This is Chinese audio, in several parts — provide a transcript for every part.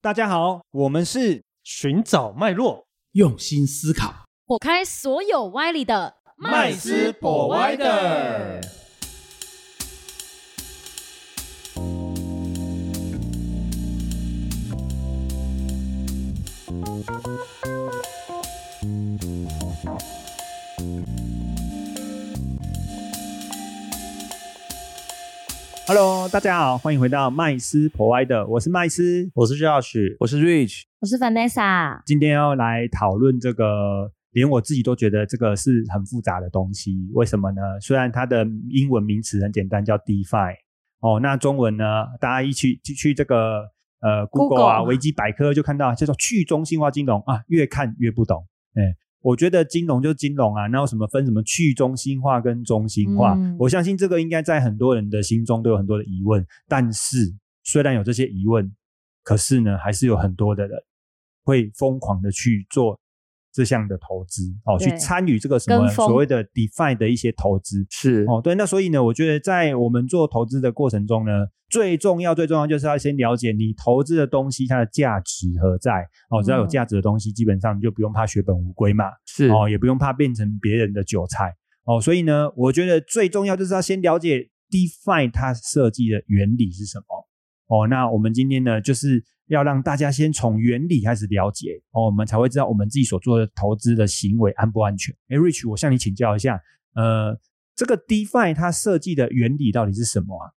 大家好，我们是寻找脉络，用心思考。火开所有歪理的麦斯博歪的。 Hello，大家好，欢迎回到麦斯 Provider，我是麦斯。我是 Josh，我是 Rich，我是 Vanessa，今天要来讨论这个，连我自己都觉得这个是很复杂的东西。为什么呢？虽然它的英文名词很简单，叫 DeFi。哦，那中文呢？大家一去去去这个呃 Google 啊、 Google 维基百科就看到叫做去中心化金融啊，越看越不懂。哎，我觉得金融就金融啊，哪有什么分什么去中心化跟中心化？嗯我相信这个应该在很多人的心中都有很多的疑问。但是虽然有这些疑问，可是呢，还是有很多的人会疯狂的去做这项的投资哦，去对参与这个什么跟风所谓的 DeFi 的一些投资。是哦，对，那所以呢，我觉得在我们做投资的过程中呢，最重要、最重要就是要先了解你投资的东西它的价值何在。哦，只要有嗯价值的东西，基本上你就不用怕血本无归嘛。是哦，也不用怕变成别人的韭菜哦。所以呢，我觉得最重要就是要先了解 DeFi 它设计的原理是什么哦。那我们今天呢，就是要让大家先从原理开始了解哦，我们才会知道我们自己所做的投资的行为安不安全。哎，Rich，我向你请教一下，呃，这个 DeFi 它设计的原理到底是什么啊？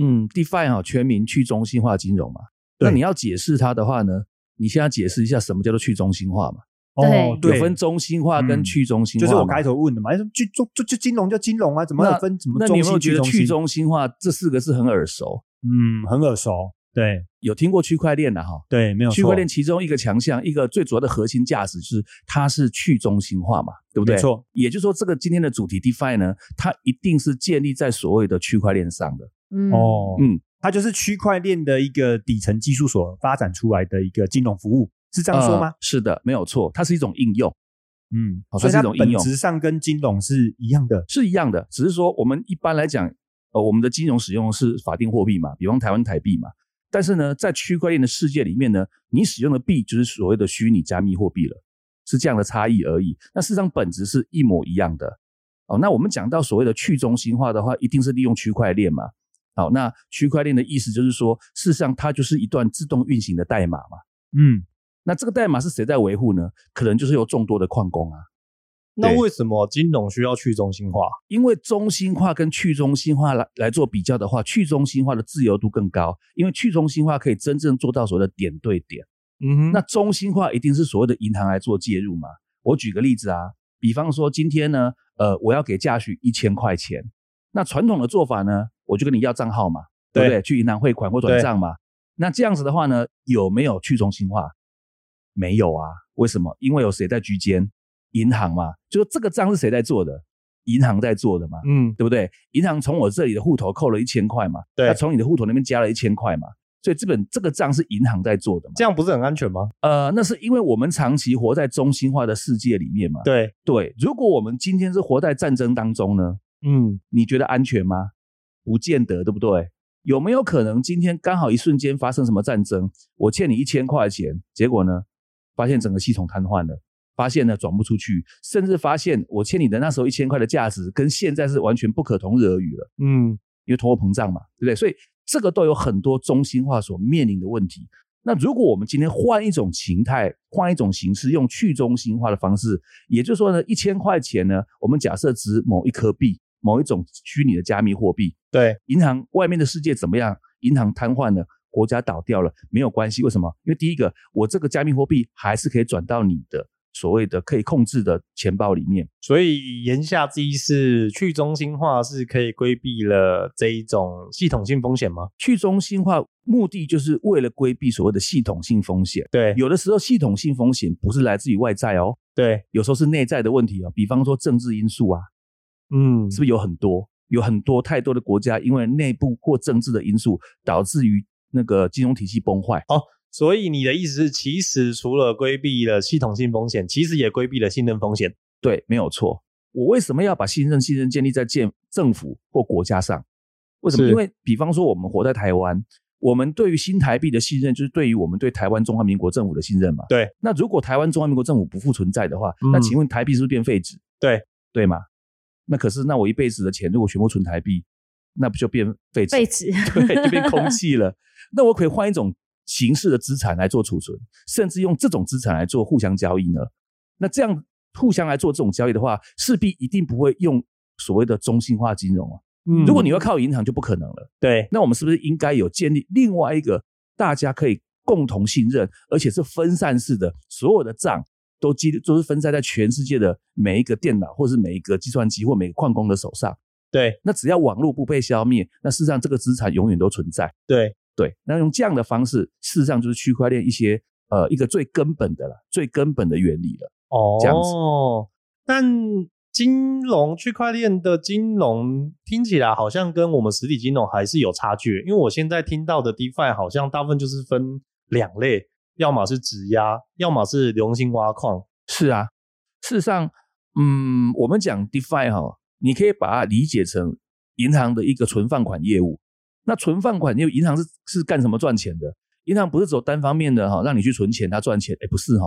嗯，DeFi 哈，全名去中心化金融嘛。对那你要解释它的话呢，你先要解释一下什么叫做去中心化嘛？哦，对对，有分中心化跟嗯去中心就化嘛、是我开头问的嘛，就哎就就就就金融就金融啊，怎么有分怎么那中你有没有心觉得去去中心？中心化这四个字很耳熟？嗯，很耳熟，对有听过区块链的哈？对，没有错区块链其中一个强项，一个最主要的核心价值就是它是去中心化嘛，对不对？没错。也就是说，这个今天的主题 DeFi 呢，它一定是建立在所谓的区块链上的。嗯，哦，嗯，它就是区块链的一个底层技术所发展出来的一个金融服务，是这样说吗呃？是的，没有错，它是一种应用。嗯，好所以它它是一种本应用质上跟金融是一样的。是一样的，只是说我们一般来讲，呃，我们的金融使用是法定货币嘛，比方台湾台币嘛。但是呢，在区块链的世界里面呢，你使用的币就是所谓的虚拟加密货币了，是这样的差异而已。那事实上本质是一模一样的。哦，那我们讲到所谓的去中心化的话，一定是利用区块链嘛。好，那区块链的意思就是说，事实上它就是一段自动运行的代码嘛。嗯，那这个代码是谁在维护呢？可能就是有众多的矿工啊。那对为什么金融需要去中心化？因为中心化跟去中心化来来做比较的话，去中心化的自由度更高，因为去中心化可以真正做到所谓的点对点。嗯哼那中心化一定是所谓的银行来做介入嘛？我举个例子啊，比方说今天呢，呃，我要给嘉许一千块钱，那传统的做法呢，我就跟你要账号嘛，对不对对？去银行汇款或转账嘛。那这样子的话呢，有没有去中心化？没有啊，为什么？因为有谁在居间？银行嘛，就说这个账是谁在做的？银行在做的嘛。嗯，对不对？银行从我这里的户头扣了一千块嘛，对那从你的户头那边加了一千块嘛，所以这本这个账是银行在做的嘛。这样不是很安全吗？呃，那是因为我们长期活在中心化的世界里面嘛。对，对，如果我们今天是活在战争当中呢，嗯，你觉得安全吗？不见得，对不对？有没有可能今天刚好一瞬间发生什么战争？我欠你一千块钱，结果呢，发现整个系统瘫痪了，发现呢转不出去，甚至发现我欠你的那时候一千块的价值跟现在是完全不可同日而语了。嗯，因为通货膨胀嘛，对不对？所以这个都有很多中心化所面临的问题。那如果我们今天换一种形态，换一种形式，用去中心化的方式，也就是说呢，一千块钱呢，我们假设值某一颗币，某一种虚拟的加密货币，对，银行外面的世界怎么样？银行瘫痪了，国家倒掉了，没有关系。为什么？因为第一个，我这个加密货币还是可以转到你的所谓的可以控制的钱包里面。所以言下之意是，去中心化是可以规避了这一种系统性风险吗？去中心化目的就是为了规避所谓的系统性风险。对，有的时候系统性风险不是来自于外在哦，对，有时候是内在的问题哦，比方说政治因素啊，嗯，是不是有很多有很多太多的国家因为内部或政治的因素导致于那个金融体系崩坏？所以你的意思是，其实除了规避了系统性风险，其实也规避了信任风险。对，没有错。我为什么要把信任信任建立在建政府或国家上？为什么？是因为比方说我们活在台湾，我们对于新台币的信任，就是对于我们对台湾中华民国政府的信任嘛。对。那如果台湾中华民国政府不复存在的话，那嗯请问台币是不是变废纸？对，对吗？那可是，那我一辈子的钱如果全部存台币，那不就变废纸？废纸 对，就变空气了。那我可以换一种形式的资产来做储存，甚至用这种资产来做互相交易呢？那这样互相来做这种交易的话，势必一定不会用所谓的中心化金融啊。嗯如果你要靠银行，就不可能了。对那我们是不是应该有建立另外一个大家可以共同信任，而且是分散式的，所有的账都记都是分散在全世界的每一个电脑，或是每一个计算机或每个矿工的手上？对那只要网络不被消灭，那事实上这个资产永远都存在。对，对，那用这样的方式，事实上就是区块链一些呃一个最根本的了，最根本的原理了。哦，这样子但金融区块链的金融听起来好像跟我们实体金融还是有差距，因为我现在听到的 DeFi 好像大部分就是分两类，要么是质押，要么是流动性挖矿。是啊，事实上，嗯，我们讲 DeFi 哈、你可以把它理解成银行的一个存放款业务。那存放款业务，银行是是干什么赚钱的？银行不是走单方面的哈、让你去存钱，它赚钱，哎，不是哈、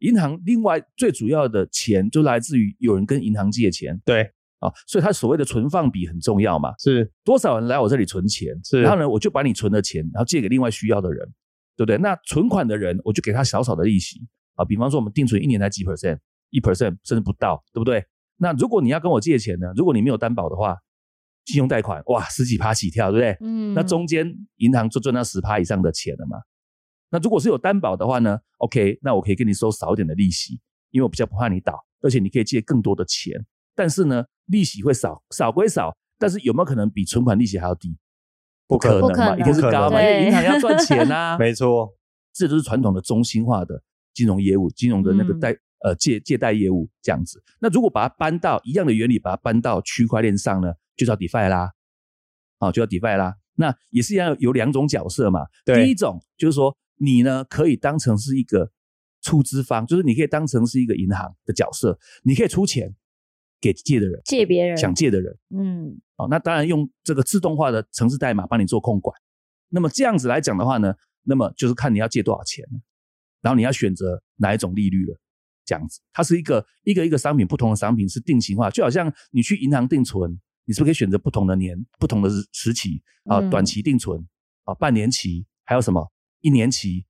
银行另外最主要的钱就来自于有人跟银行借钱对，啊，所以它所谓的存放比很重要嘛。是多少人来我这里存钱，是。然后呢，我就把你存的钱，然后借给另外需要的人，对不对？那存款的人，我就给他少少的利息啊，比方说我们定存一年才几 percent，一 percent 甚至不到，对不对？那如果你要跟我借钱呢，如果你没有担保的话，信用贷款哇十几趴起跳，对不对？嗯那中间银行就赚到十趴以上的钱了嘛。那如果是有担保的话呢？OK，那我可以跟你收少一点的利息，因为我比较不怕你倒，而且你可以借更多的钱。但是呢，利息会少，少归少，但是有没有可能比存款利息还要低？不可能不可嘛，能一定是高嘛，因对为银行要赚钱啊没错，这就是传统的中心化的金融业务，金融的那个嗯贷、呃借借贷业务这样子。那如果把它搬到一样的原理，把它搬到区块链上呢，就叫 DeFi 啦，好、就叫 DeFi 啦。那也是一样有两种角色嘛，对第一种就是说你呢可以当成是一个出资方，就是你可以当成是一个银行的角色，你可以出钱给借的人，借别人，想借的人。嗯，哦，那当然用这个自动化的城市代码帮你做控管。那么这样子来讲的话呢，那么就是看你要借多少钱，然后你要选择哪一种利率了。这样子，它是一个一个一个商品，不同的商品是定型化，就好像你去银行定存，你是不是可以选择不同的年、不同的时时期啊？嗯短期定存啊，半年期，还有什么一年期、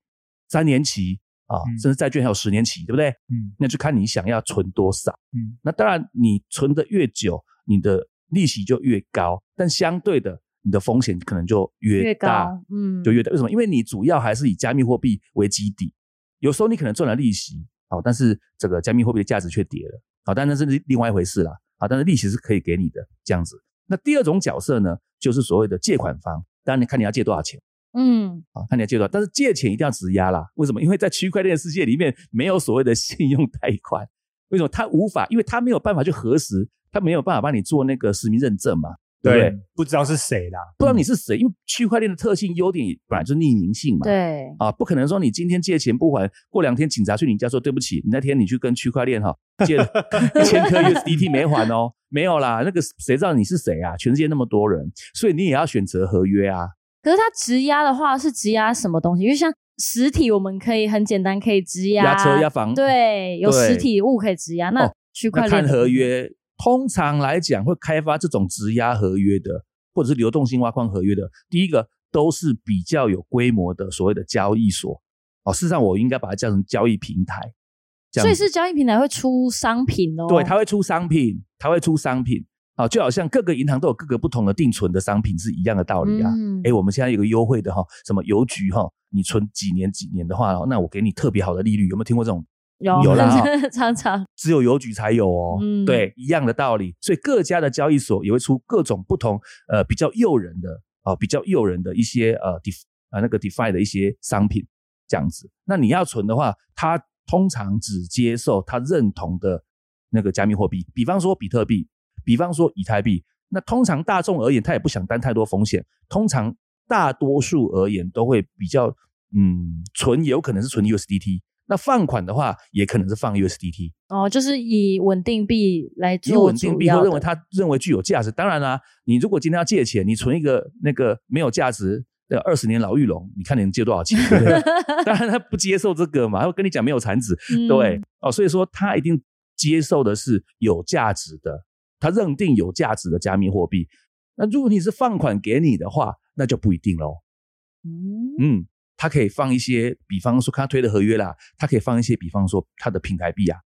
三年期啊，嗯甚至债券还有十年期，对不对？嗯那就看你想要存多少。嗯，那当然，你存的越久，你的利息就越高，但相对的，你的风险可能就越越大，高，嗯，就越大。为什么？因为你主要还是以加密货币为基底，有时候你可能赚了利息，好、但是这个加密货币的价值却跌了，哦好、但那是另外一回事啦，好、但是利息是可以给你的，这样子。那第二种角色呢，就是所谓的借款方，当然你看你要借多少钱。嗯，啊，看你要借多少，但是借钱一定要质押啦。为什么？因为在区块链世界里面没有所谓的信用贷款。为什么？它无法，因为它没有办法去核实，它没有办法帮你做那个实名认证嘛，对不对？对，不知道是谁啦，不知道你是谁，因为区块链的特性优点本来就是匿名性嘛。。对，啊，不可能说你今天借钱不还，过两天警察去你家说对不起，你那天你去跟区块链哈、借了一千颗 USDT 没还哦，没有啦，那个谁知道你是谁啊？全世界那么多人，所以你也要选择合约啊。可是它质押的话是质押什么东西？因为像实体，我们可以很简单可以质押，押车、押房，对，有对实体物可以质押。那哦区块那链嗯看合，约，通常来讲会开发这种质押合约的，或者是流动性挖矿合约的。第一个都是比较有规模的所谓的交易所哦，事实上我应该把它叫成交易平台，这样所以子是交易平台会出商品哦。对，它会出商品，它会出商品啊、哦，就好像各个银行都有各个不同的定存的商品是一样的道理啊。嗯哎、我们现在有个优惠的哈、什么邮局哈、你存几年几年的话，哦那我给你特别好的利率，有没有听过这种有啊有啦 常常只有邮局才有哦。嗯对，一样的道理，所以各家的交易所也会出各种不同呃比较诱人的啊、比较诱人的一些呃 def 啊、那个 defi 的一些商品这样子。那你要存的话，它通常只接受它认同的那个加密货币，比方说比特币，比方说以太币。那通常大众而言，他也不想担太多风险，通常大多数而言都会比较嗯存，有可能是存 USDT。那放款的话，也可能是放 USDT。哦，就是以稳定币来因为做稳主要定的，币或认为它认为具有价值。当然啦、你如果今天要借钱，你存一个那个没有价值呃二十年牢狱笼，你看你能借多少钱？对 不对当然他不接受这个嘛，他会跟你讲没有产子，嗯对、哦，所以说他一定接受的是有价值的，他认定有价值的加密货币。那如果你是放款给你的话，那就不一定喽。嗯嗯，他可以放一些，比方说看他推的合约啦，他可以放一些，比方说他的平台币啊，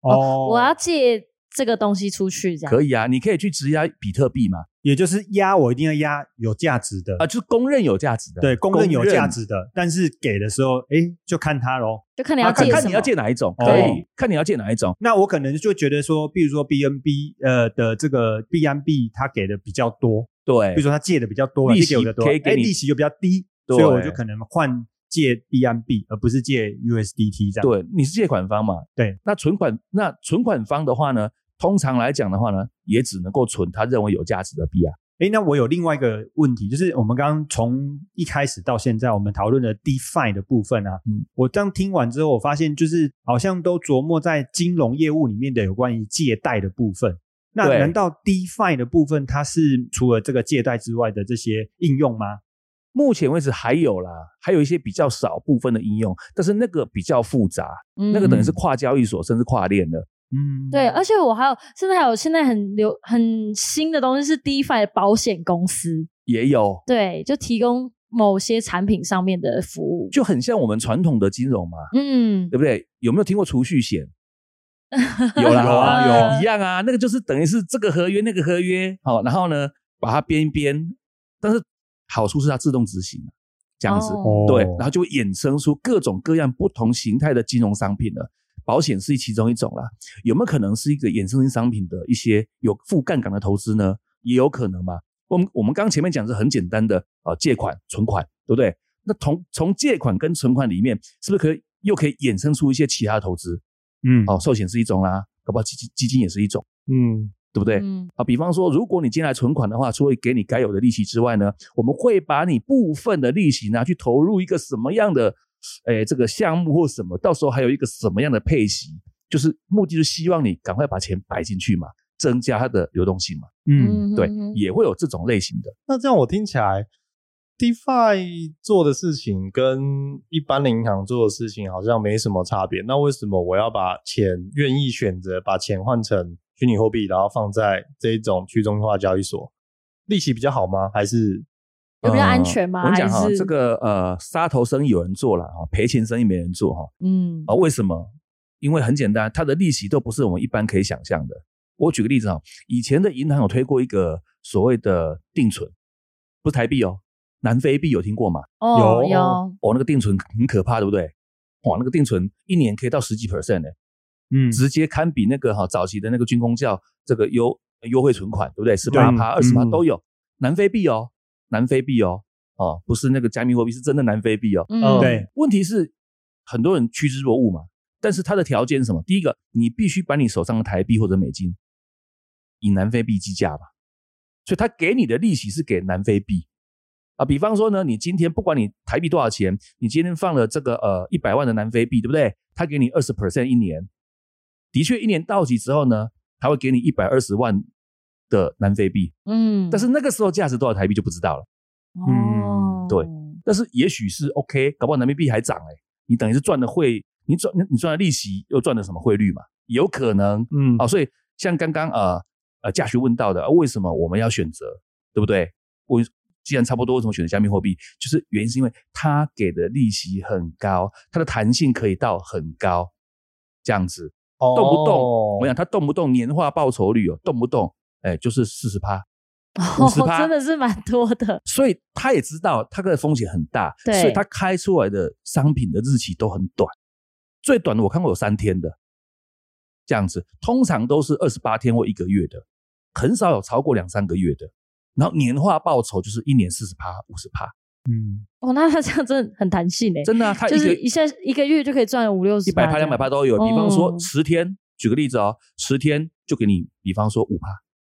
哦，我要借这个东西出去，这样可以。以啊，你可以去质押比特币嘛，也就是压，我一定要压有价值的啊、，就是公认有价值的，对，公认有价。值的，但是给的时候，哎，就看他喽。就看你啊，要看借看什你要么。借哪一种，哦可以、看你要借哪一种。那我可能就觉得说，比如说 BNB 呃的这个 BNB，他给的比较多，对比如，说他借的比较多，利息借给我的多，可以给哎，你利息就比较低，对所以我就可能换借 BNB，而不是借 USDT 这样。对，你是借款方嘛？对，那存款那存款方的话呢，通常来讲的话呢，也只能够存他认为有价值的币啊。哎，那我有另外一个问题，就是我们刚刚从一开始到现在，我们讨论的 DeFi 的部分啊，嗯我这样听完之后，我发现就是好像都琢磨在金融业务里面的有关于借贷的部分。那对难道 DeFi 的部分，它是除了这个借贷之外的这些应用吗？目前为止还有啦，还有一些比较少部分的应用，但是那个比较复杂，嗯那个等于是跨交易所甚至跨链的。嗯，对，哦而且我还有，甚至还有现在很流很新的东西是 DeFi 的保险公司，也有，对，就提供某些产品上面的服务。就很像我们传统的金融嘛，嗯，对不对？有没有听过储蓄险？有啦，有啊有一样啊，那个就是等于是这个合约那个合约，好、然后呢把它编一编，但是好处是它自动执行这样子，哦对，然后就会衍生出各种各样不同形态的金融商品了。保险是其中一种啦，有没有可能是一个衍生性商品的一些有负杠杆的投资呢？也有可能嘛。我们我们刚刚前面讲是很简单的啊、呃借款、存款，对不对？那从从借款跟存款里面，是不是可以又可以衍生出一些其他的投资？嗯，哦，寿险是一种啦，搞不好基金基金也是一种，嗯，对不对？嗯，啊，比方说，如果你进来存款的话，除了给你该有的利息之外呢，我们会把你部分的利息拿去投入一个什么样的，诶，这个项目或什么，到时候还有一个什么样的配息，就是目的就是希望你赶快把钱摆进去嘛，增加它的流动性嘛，嗯，对，哼哼也会有这种类型的，那这样我听起来，DeFi 做的事情跟一般的银行做的事情好像没什么差别。那为什么我要把钱愿意选择把钱换成虚拟货币，然后放在这一种去中心化交易所？利息比较好吗？还是有比较安全吗呃我跟你讲哈还，是这个呃杀头生意有人做了啊，赔钱生意没人做哈，嗯啊，为什么？因为很简单，它的利息都不是我们一般可以想象的。我举个例子哈，以前的银行有推过一个所谓的定存，不是台币哦，南非币有听过吗？哦有有哦，那个定存很可怕，对不对？哇，那个定存一年可以到十几 percent 呢，嗯，直接堪比那个哈早期的那个军工教这个优优惠存款，对不对？十八趴、二十趴嗯都有，南非币哦，南非币哦，哦，不是那个加密货币，是真的南非币哦。嗯对，问题是很多人趋之若鹜嘛，但是它的条件是什么？第一个，你必须把你手上的台币或者美金以南非币计价嘛，所以他给你的利息是给南非币啊。比方说呢，你今天不管你台币多少钱，你今天放了这个呃一百万的南非币，对不对？他给你二十 percent 一年，的确一年到期之后呢，他会给你一百二十万的南非币，嗯，但是那个时候价值多少台币就不知道了。哦嗯对但是也许是 OK，搞不好南非币还涨哎、你等于是赚了汇，你赚你赚了利息，又赚了什么汇率嘛？有可能嗯哦，所以像刚刚呃呃驾学问到的、呃为什么我们要选择，对不对？我既然差不多，为什么选择加密货币？就是原因是因为它给的利息很高，它的弹性可以到很高，这样子哦动不动、我哦想它动不动年化报酬率哦，动不动哎就是四十趴，50%哦，真的是蛮多的，所以他也知道他的风险很大，对所以他开出来的商品的日期都很短，最短的我看过有三天的，这样子，通常都是二十八天或一个月的，很少有超过两三个月的。然后年化报酬就是一年四十趴、五十趴，嗯，哦，那他这样真的很弹性诶，真的、啊，他一就个是一下一个月就可以赚五六十，一百趴、两百趴都有。比方说嗯十天，举个例子哦，十天就给你，比方说五趴，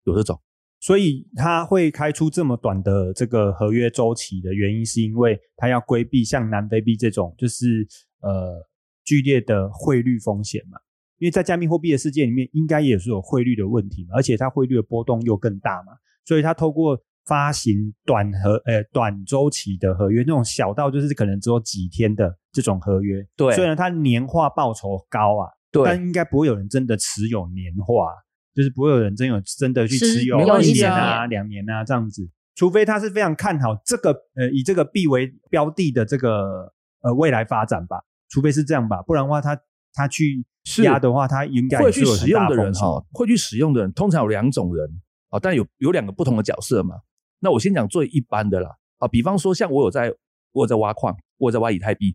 有这种。所以他会开出这么短的这个合约周期的原因，是因为他要规避像南非币这种就是呃剧烈的汇率风险嘛。因为在加密货币的世界里面，应该也是有汇率的问题嘛，而且它汇率的波动又更大嘛，所以它透过发行短合呃短周期的合约，那种小到就是可能只有几天的这种合约。对虽然它年化报酬高啊，但对，应该不会有人真的持有年化，就是不会有人真有真的去持持有没关一系年啊啊、两年啊这样子。除非他是非常看好这个呃以这个币为标的的这个呃未来发展吧，除非是这样吧，不然的话他他去是压的话，他应该会也是去有很使用大的人风啊险哈、会去使用的人通常有两种人啊、但有有两个不同的角色嘛。那我先讲最一般的啦啊、比方说像我有在我有在挖矿，我有在挖以太币，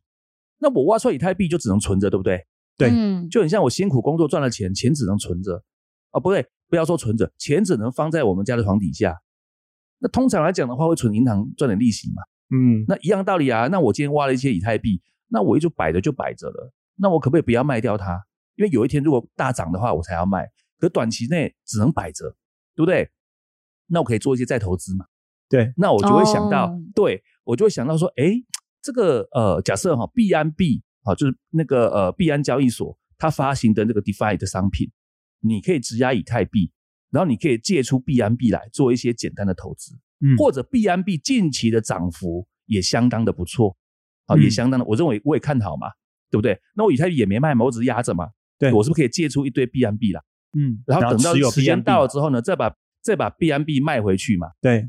那我挖出来以太币就只能存着，对不对？对嗯就很像我辛苦工作赚了钱，钱只能存着啊，不对，不要说存着，钱只能放在我们家的床底下。那通常来讲的话，会存银行赚点利息嘛。嗯，那一样道理啊。那我今天挖了一些以太币，那我也就摆着就摆着了。那我可不可以不要卖掉它？因为有一天如果大涨的话，我才要卖。可短期内只能摆着，对不对？那我可以做一些再投资嘛？对，那我就会想到，哦对我就会想到说，诶，这个呃，假设哈、币安币啊、就是那个呃币安交易所，它发行的那个 DeFi 的商品，你可以质押以太币，然后你可以借出币安币来做一些简单的投资。嗯或者币安币近期的涨幅也相当的不错，啊，也嗯相当的，我认为我也看好嘛，对不对？那我以太币也没卖嘛，我只是压着嘛，对我是不是可以借出一堆币安币啦？嗯，然后等到持有时间 BNB 到了之后呢，再把再把币安币卖回去嘛，对，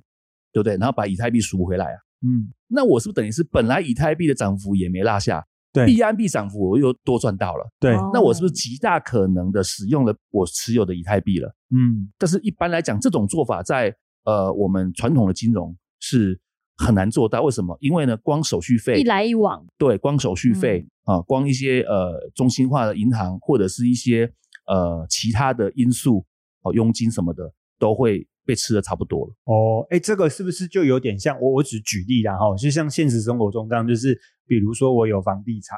对不对？然后把以太币赎回来啊。嗯，那我是不是等于是本来以太币的涨幅也没落下，对币安币涨幅我又多赚到了？对，哦那我是不是极大可能的使用了我持有的以太币了？嗯，但是一般来讲，这种做法在呃我们传统的金融是很难做到。为什么？因为呢，光手续费一来嗯一往，对，光手续费啊、光一些呃中心化的银行或者是一些呃其他的因素哦、佣金什么的都会被吃的差不多了。哦，哎，这个是不是就有点像我？我只举例啦，哈，就像现实生活中这样，就是比如说我有房地产，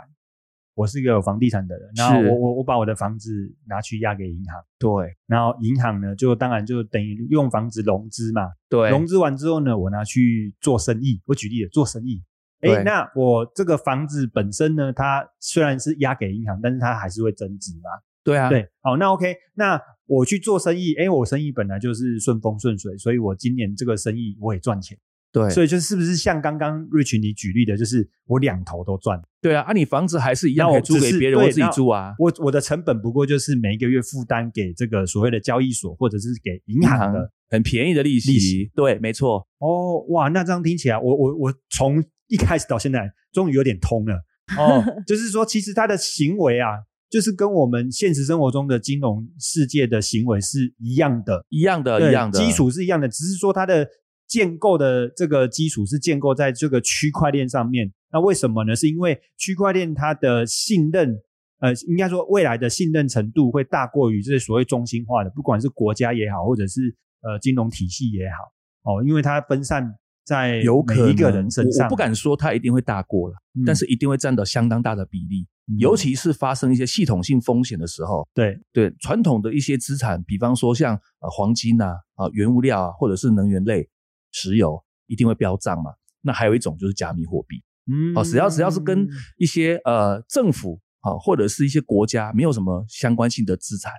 我是一个有房地产的人，然后是我我我把我的房子拿去押给银行，对然后银行呢，就当然就等于用房子融资嘛，对，融资完之后呢，我拿去做生意，我举例了做生意。对哎，那我这个房子本身呢，它虽然是押给银行，但是它还是会增值嘛。对啊，对，好，那 OK，那我去做生意，哎，我生意本来就是顺风顺水，所以我今年这个生意我也赚钱，对所以就是不是像刚刚瑞群你举例的，就是我两头都赚，对啊，啊，你房子还是一样那可我以租只给是别人，对我自己那住啊。我我的成本不过就是每一个月负担给这个所谓的交易所或者是给银行的。很便宜的利息，利息对，没错，哦，哇，那这样听起来，我我我从一开始到现在，终于有点通了。哦，就是说，其实他的行为啊，就是跟我们现实生活中的金融世界的行为是一样的。一样的，对，呃一样的基础是一样的，只是说它的建构的这个基础是建构在这个区块链上面。那为什么呢？是因为区块链它的信任，呃，应该说未来的信任程度会大过于这所谓中心化的，不管是国家也好，或者是呃金融体系也好，哦，因为它分散在有可能每一个人身我，上，我不敢说它一定会大过了，嗯，但是一定会占到相当大的比例。嗯尤其是发生一些系统性风险的时候，对对传统的一些资产，比方说像呃黄金呐、啊、原物料啊，或者是能源类、石油，一定会飙涨嘛。那还有一种就是加密货币，嗯哦只要只要是跟一些呃政府啊或者是一些国家没有什么相关性的资产，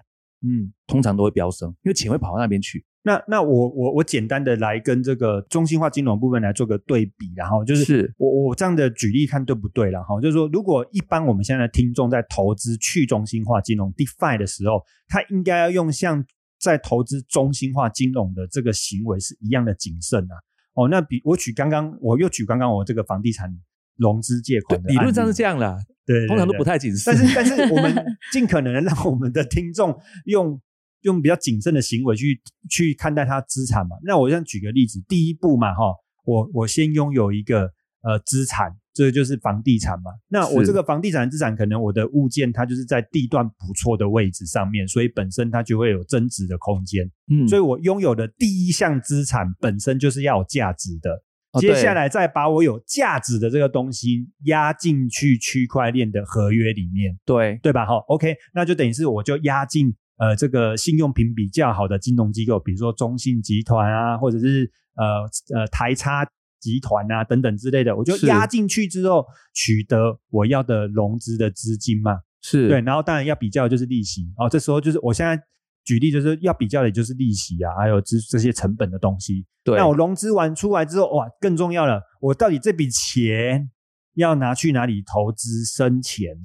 嗯。通常都会飙升，因为钱会跑到那边去。那那我我我简单的来跟这个中心化金融部分来做个对比，然后就是是我我这样的举例看对不对了哈？就是说，如果一般我们现在的听众在投资去中心化金融 DeFi 的时候，他应该要用像在投资中心化金融的这个行为是一样的谨慎啊。哦，那比我举刚刚我又举刚刚我这个房地产融资借对款，的理论上是这样，样啦，对对通常都对不太谨慎但。是，但是我们尽可能地让我们的听众用用比较谨慎的行为去去看待他资产嘛。那我先举个例子，第一步嘛，哈，我我先拥有一个呃资产，这就是房地产嘛。那我是这个房地产资产，可能我的物件它就是在地段不错的位置上面，所以本身它就会有增值的空间。嗯所以以我拥有的第一项资产本身就是要有价值的。哦接对下来再把我有价值的这个东西压进去区块链的合约里面，对对吧？哈、o k 那就等于是我就押进呃这个信用评比较好的金融机构，比如说中信集团啊，或者是呃呃台差集团啊等等之类的，我就是押进去之后取得我要的融资的资金嘛，是对，然后当然要比较就是利息哦，这时候就是我现在举例就是要比较的，就是利息啊，还有这这些成本的东西。对，那我融资完出来之后，哇，更重要了，我到底这笔钱要拿去哪里投资、生钱、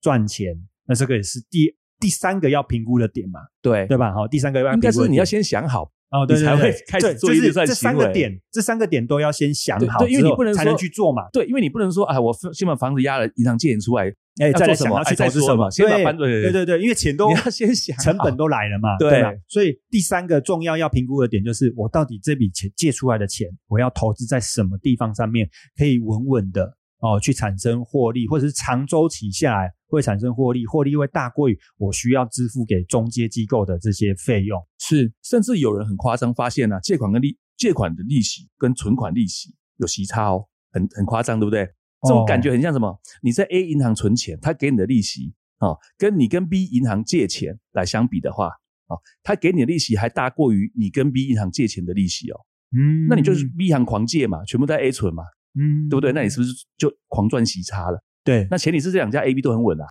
赚钱？那这个也是第第三个要评估的点嘛，对对吧？好，第三个要应评该估的是你要点先想好，哦，对你对才对，会开始对做就是预算这三行个为点，这三个点都要先想对好对因为之你后不能才能说去做嘛。对，因为你不能说啊，我先把房子押了，银行借钱出来，哎，要再来做什想么要去哎再投资说什嘛么，先把对班对对对对，因为钱都你要先想好成本都来了嘛，对吧？所以第三个重要要评估的点就是，我到底这笔钱借出来的钱，我要投资在什么地方上面，可以稳稳的哦去产生获利，或者是长周期下来会产生获利，获利会大过于我需要支付给中介机构的这些费用。是，甚至有人很夸张，发现呢、啊，借款跟利借款的利息跟存款利息有息差哦，很很夸张，对不对？这种哦感觉很像什么？你在 A 银行存钱，他给你的利息啊、哦，跟你跟 B 银行借钱来相比的话啊、哦，他给你的利息还大过于你跟 B 银行借钱的利息哦。嗯那你就是 B 银行狂借嘛，全部在 A 存嘛，嗯，对不对？那你是不是就狂赚息差了？对，那前提是这两家 A、B 都很稳啊。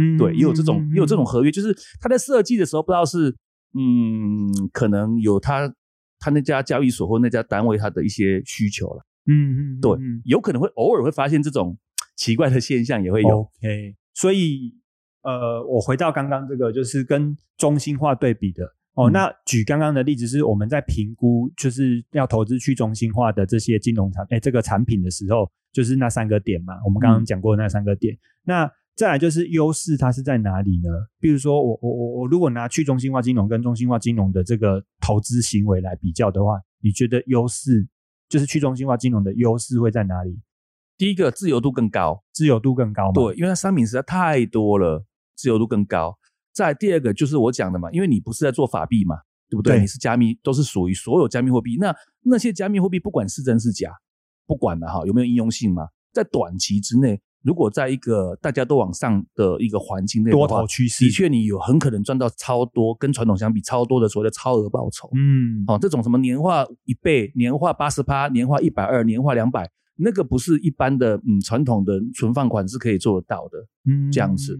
嗯对，也有这种嗯也有这种嗯合约，就是他在设计的时候不知道是嗯，可能有他他那家交易所或那家单位他的一些需求了，嗯嗯，对嗯有可能会偶尔会发现这种奇怪的现象也会哦有， OK，所以呃，我回到刚刚这个，就是跟中心化对比的哦。嗯那举刚刚的例子是我们在评估就是要投资去中心化的这些金融产哎这个产品的时候，就是那三个点嘛，我们刚嗯刚讲过的那三个点。那再来就是优势，它是在哪里呢？比如说我我我我如果拿去中心化金融跟中心化金融的这个投资行为来比较的话，你觉得优势就是去中心化金融的优势会在哪里？第一个自由度更高，自由度更高吗？对，因为它商品实在太多了，自由度更高。再来第二个就是我讲的嘛，因为你不是在做法币嘛，对不对？对你是加密，都是属于所有加密货币。那那些加密货币不管是真是假，不管了哈，有没有应用性嘛？在短期之内，如果在一个大家都往上的一个环境内的多话，头趋势的确你有很可能赚到超多，跟传统相比超多的所谓的超额报酬。嗯，哦，这种什么年化一倍、年化八十趴、年化一百二、年化两百，那个不是一般的嗯传统的存放款是可以做得到的。嗯这样子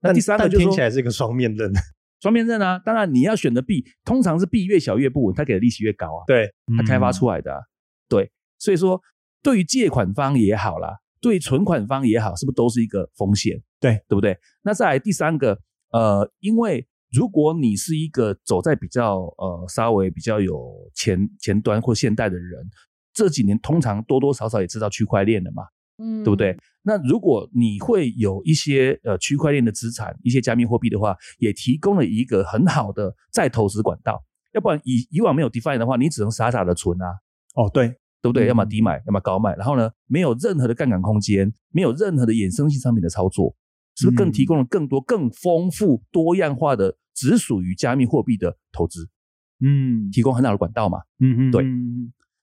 那但第三个但就是听说起来是一个双面刃，双面刃啊，当然你要选的币，通常是币越小越不稳，它给的利息越高啊，对，嗯它开发出来的、啊，对，所以说对于借款方也好啦，对于存款方也好，是不是都是一个风险？对，对不对？那再来第三个，呃，因为如果你是一个走在比较呃稍微比较有前前端或现代的人，这几年通常多多少少也知道区块链的嘛，嗯，对不对？？那如果你会有一些呃区块链的资产，一些加密货币的话，也提供了一个很好的再投资管道。要不然以以往没有 DeFi 的话，你只能傻傻的存啊，哦，对，对不对？嗯要么低买，要么高卖，然后呢，没有任何的杠杆空间，没有任何的衍生性商品的操作，是不是更提供了更多、更丰富、多样化的只属于加密货币的投资，嗯提供很好的管道嘛？嗯嗯，对对。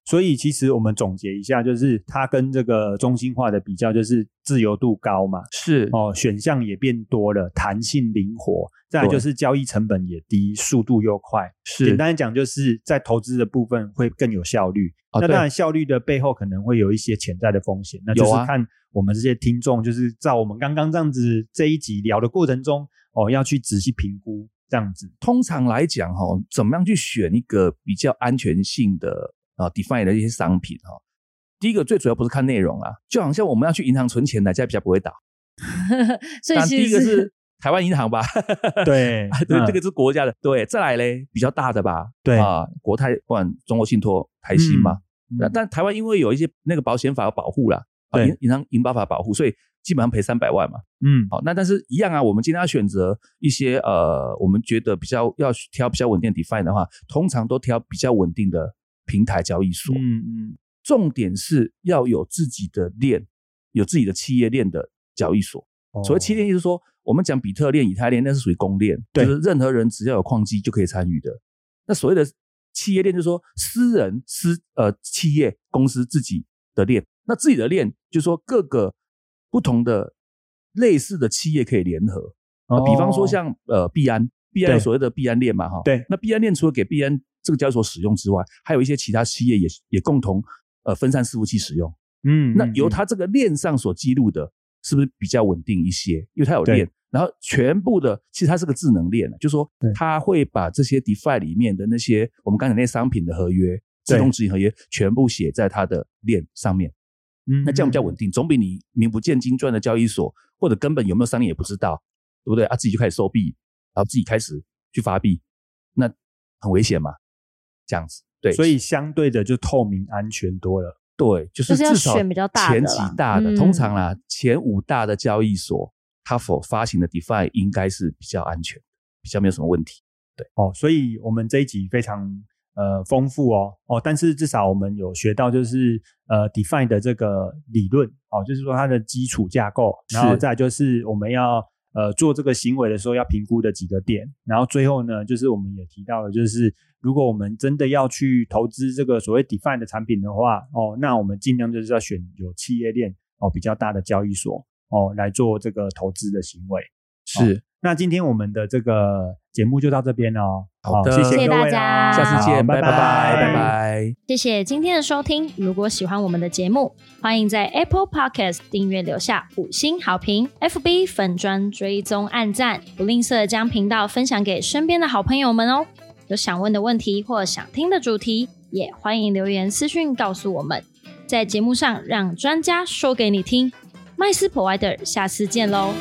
所以其实我们总结一下，就是它跟这个中心化的比较，就是自由度高嘛，是哦，选项也变多了，弹性灵活，再来对就是交易成本也低，速度又快。是简单讲，就是在投资的部分会更有效率。啊那对当然，效率的背后可能会有一些潜在的风险，那就有是啊看我们这些听众，就是在我们刚刚这样子这一集聊的过程中，哦，要去仔细评估这样 子。通常来讲哈、哦，怎么样去选一个比较安全性的啊 DeFi 的一些商品哈、哦？第一个最主要不是看内容啊，就好像我们要去银行存钱，哪家比较不会倒？所以当然其第一实个是台湾银行吧， 对 啊对，嗯这个是国家的。对，再来嘞，比较大的吧，对啊，国泰不管中国信托、台新嘛，那嗯但台湾因为有一些那个保险法有保护啦，啊对银银行银保法保护，所以基本上赔三百万嘛。嗯，好，那但是一样啊，我们今天要选择一些呃，我们觉得比较要挑比较稳定的 DeFi 的话，通常都挑比较稳定的平台交易所。嗯嗯，重点是要有自己的链，有自己的企业链的交易所。哦所谓企业链，就是说我们讲比特链、以太链，那是属于公链，对就是任何人只要有矿机就可以参与的。那所谓的企业链，就是说私人、私呃企业公司自己的链。那自己的链，就是说各个不同的类似的企业可以联合。哦呃，比方说像呃币安，币安有对所谓的币安链嘛，哈，对那币安链除了给币安这个交易所使用之外，还有一些其他企业也也共同呃分散伺服器使用。嗯，那嗯由嗯它这个链上所记录的，是不是比较稳定一些？因为它有链对，然后全部的，其实它是个智能链，啊就是说对它会把这些 DeFi 里面的那些我们刚才那些商品的合约、自动执行合约，全部写在它的链上面。嗯那这样比较稳定，总比你名不见经传的交易所，或者根本有没有商业也不知道，对不对？啊，自己就开始收币，然后自己开始去发币，那很危险嘛？这样子，对，所以相对的就透明安全多了。对，就是就是要至少选比较大的前啦几大的，嗯通常啦，前五大的交易所，它所发行的 DeFi 应该是比较安全，比较没有什么问题。哦，所以我们这一集非常呃丰富哦哦，但是至少我们有学到就是呃 define 的这个理论哦，就是说它的基础架构，然后是再来就是我们要呃做这个行为的时候要评估的几个点，然后最后呢，就是我们也提到了，就是如果我们真的要去投资这个所谓 define 的产品的话哦，那我们尽量就是要选有企业链哦比较大的交易所哦来做这个投资的行为。是，那今天我们的这个节目就到这边哦。好的谢谢谢各位大家啦下次好见，拜拜拜，拜拜拜。谢谢今天的收听。如果喜欢我们的节目，欢迎在 Apple Podcast 订阅留下五星好评，FB 粉砖追踪按赞，不吝啬将频道分享给身边的好朋友们哦。有想问的问题或想听的主题，也欢迎留言私讯告诉我们，在节目上让专家说给你听。麦斯 Provider，下次见喽，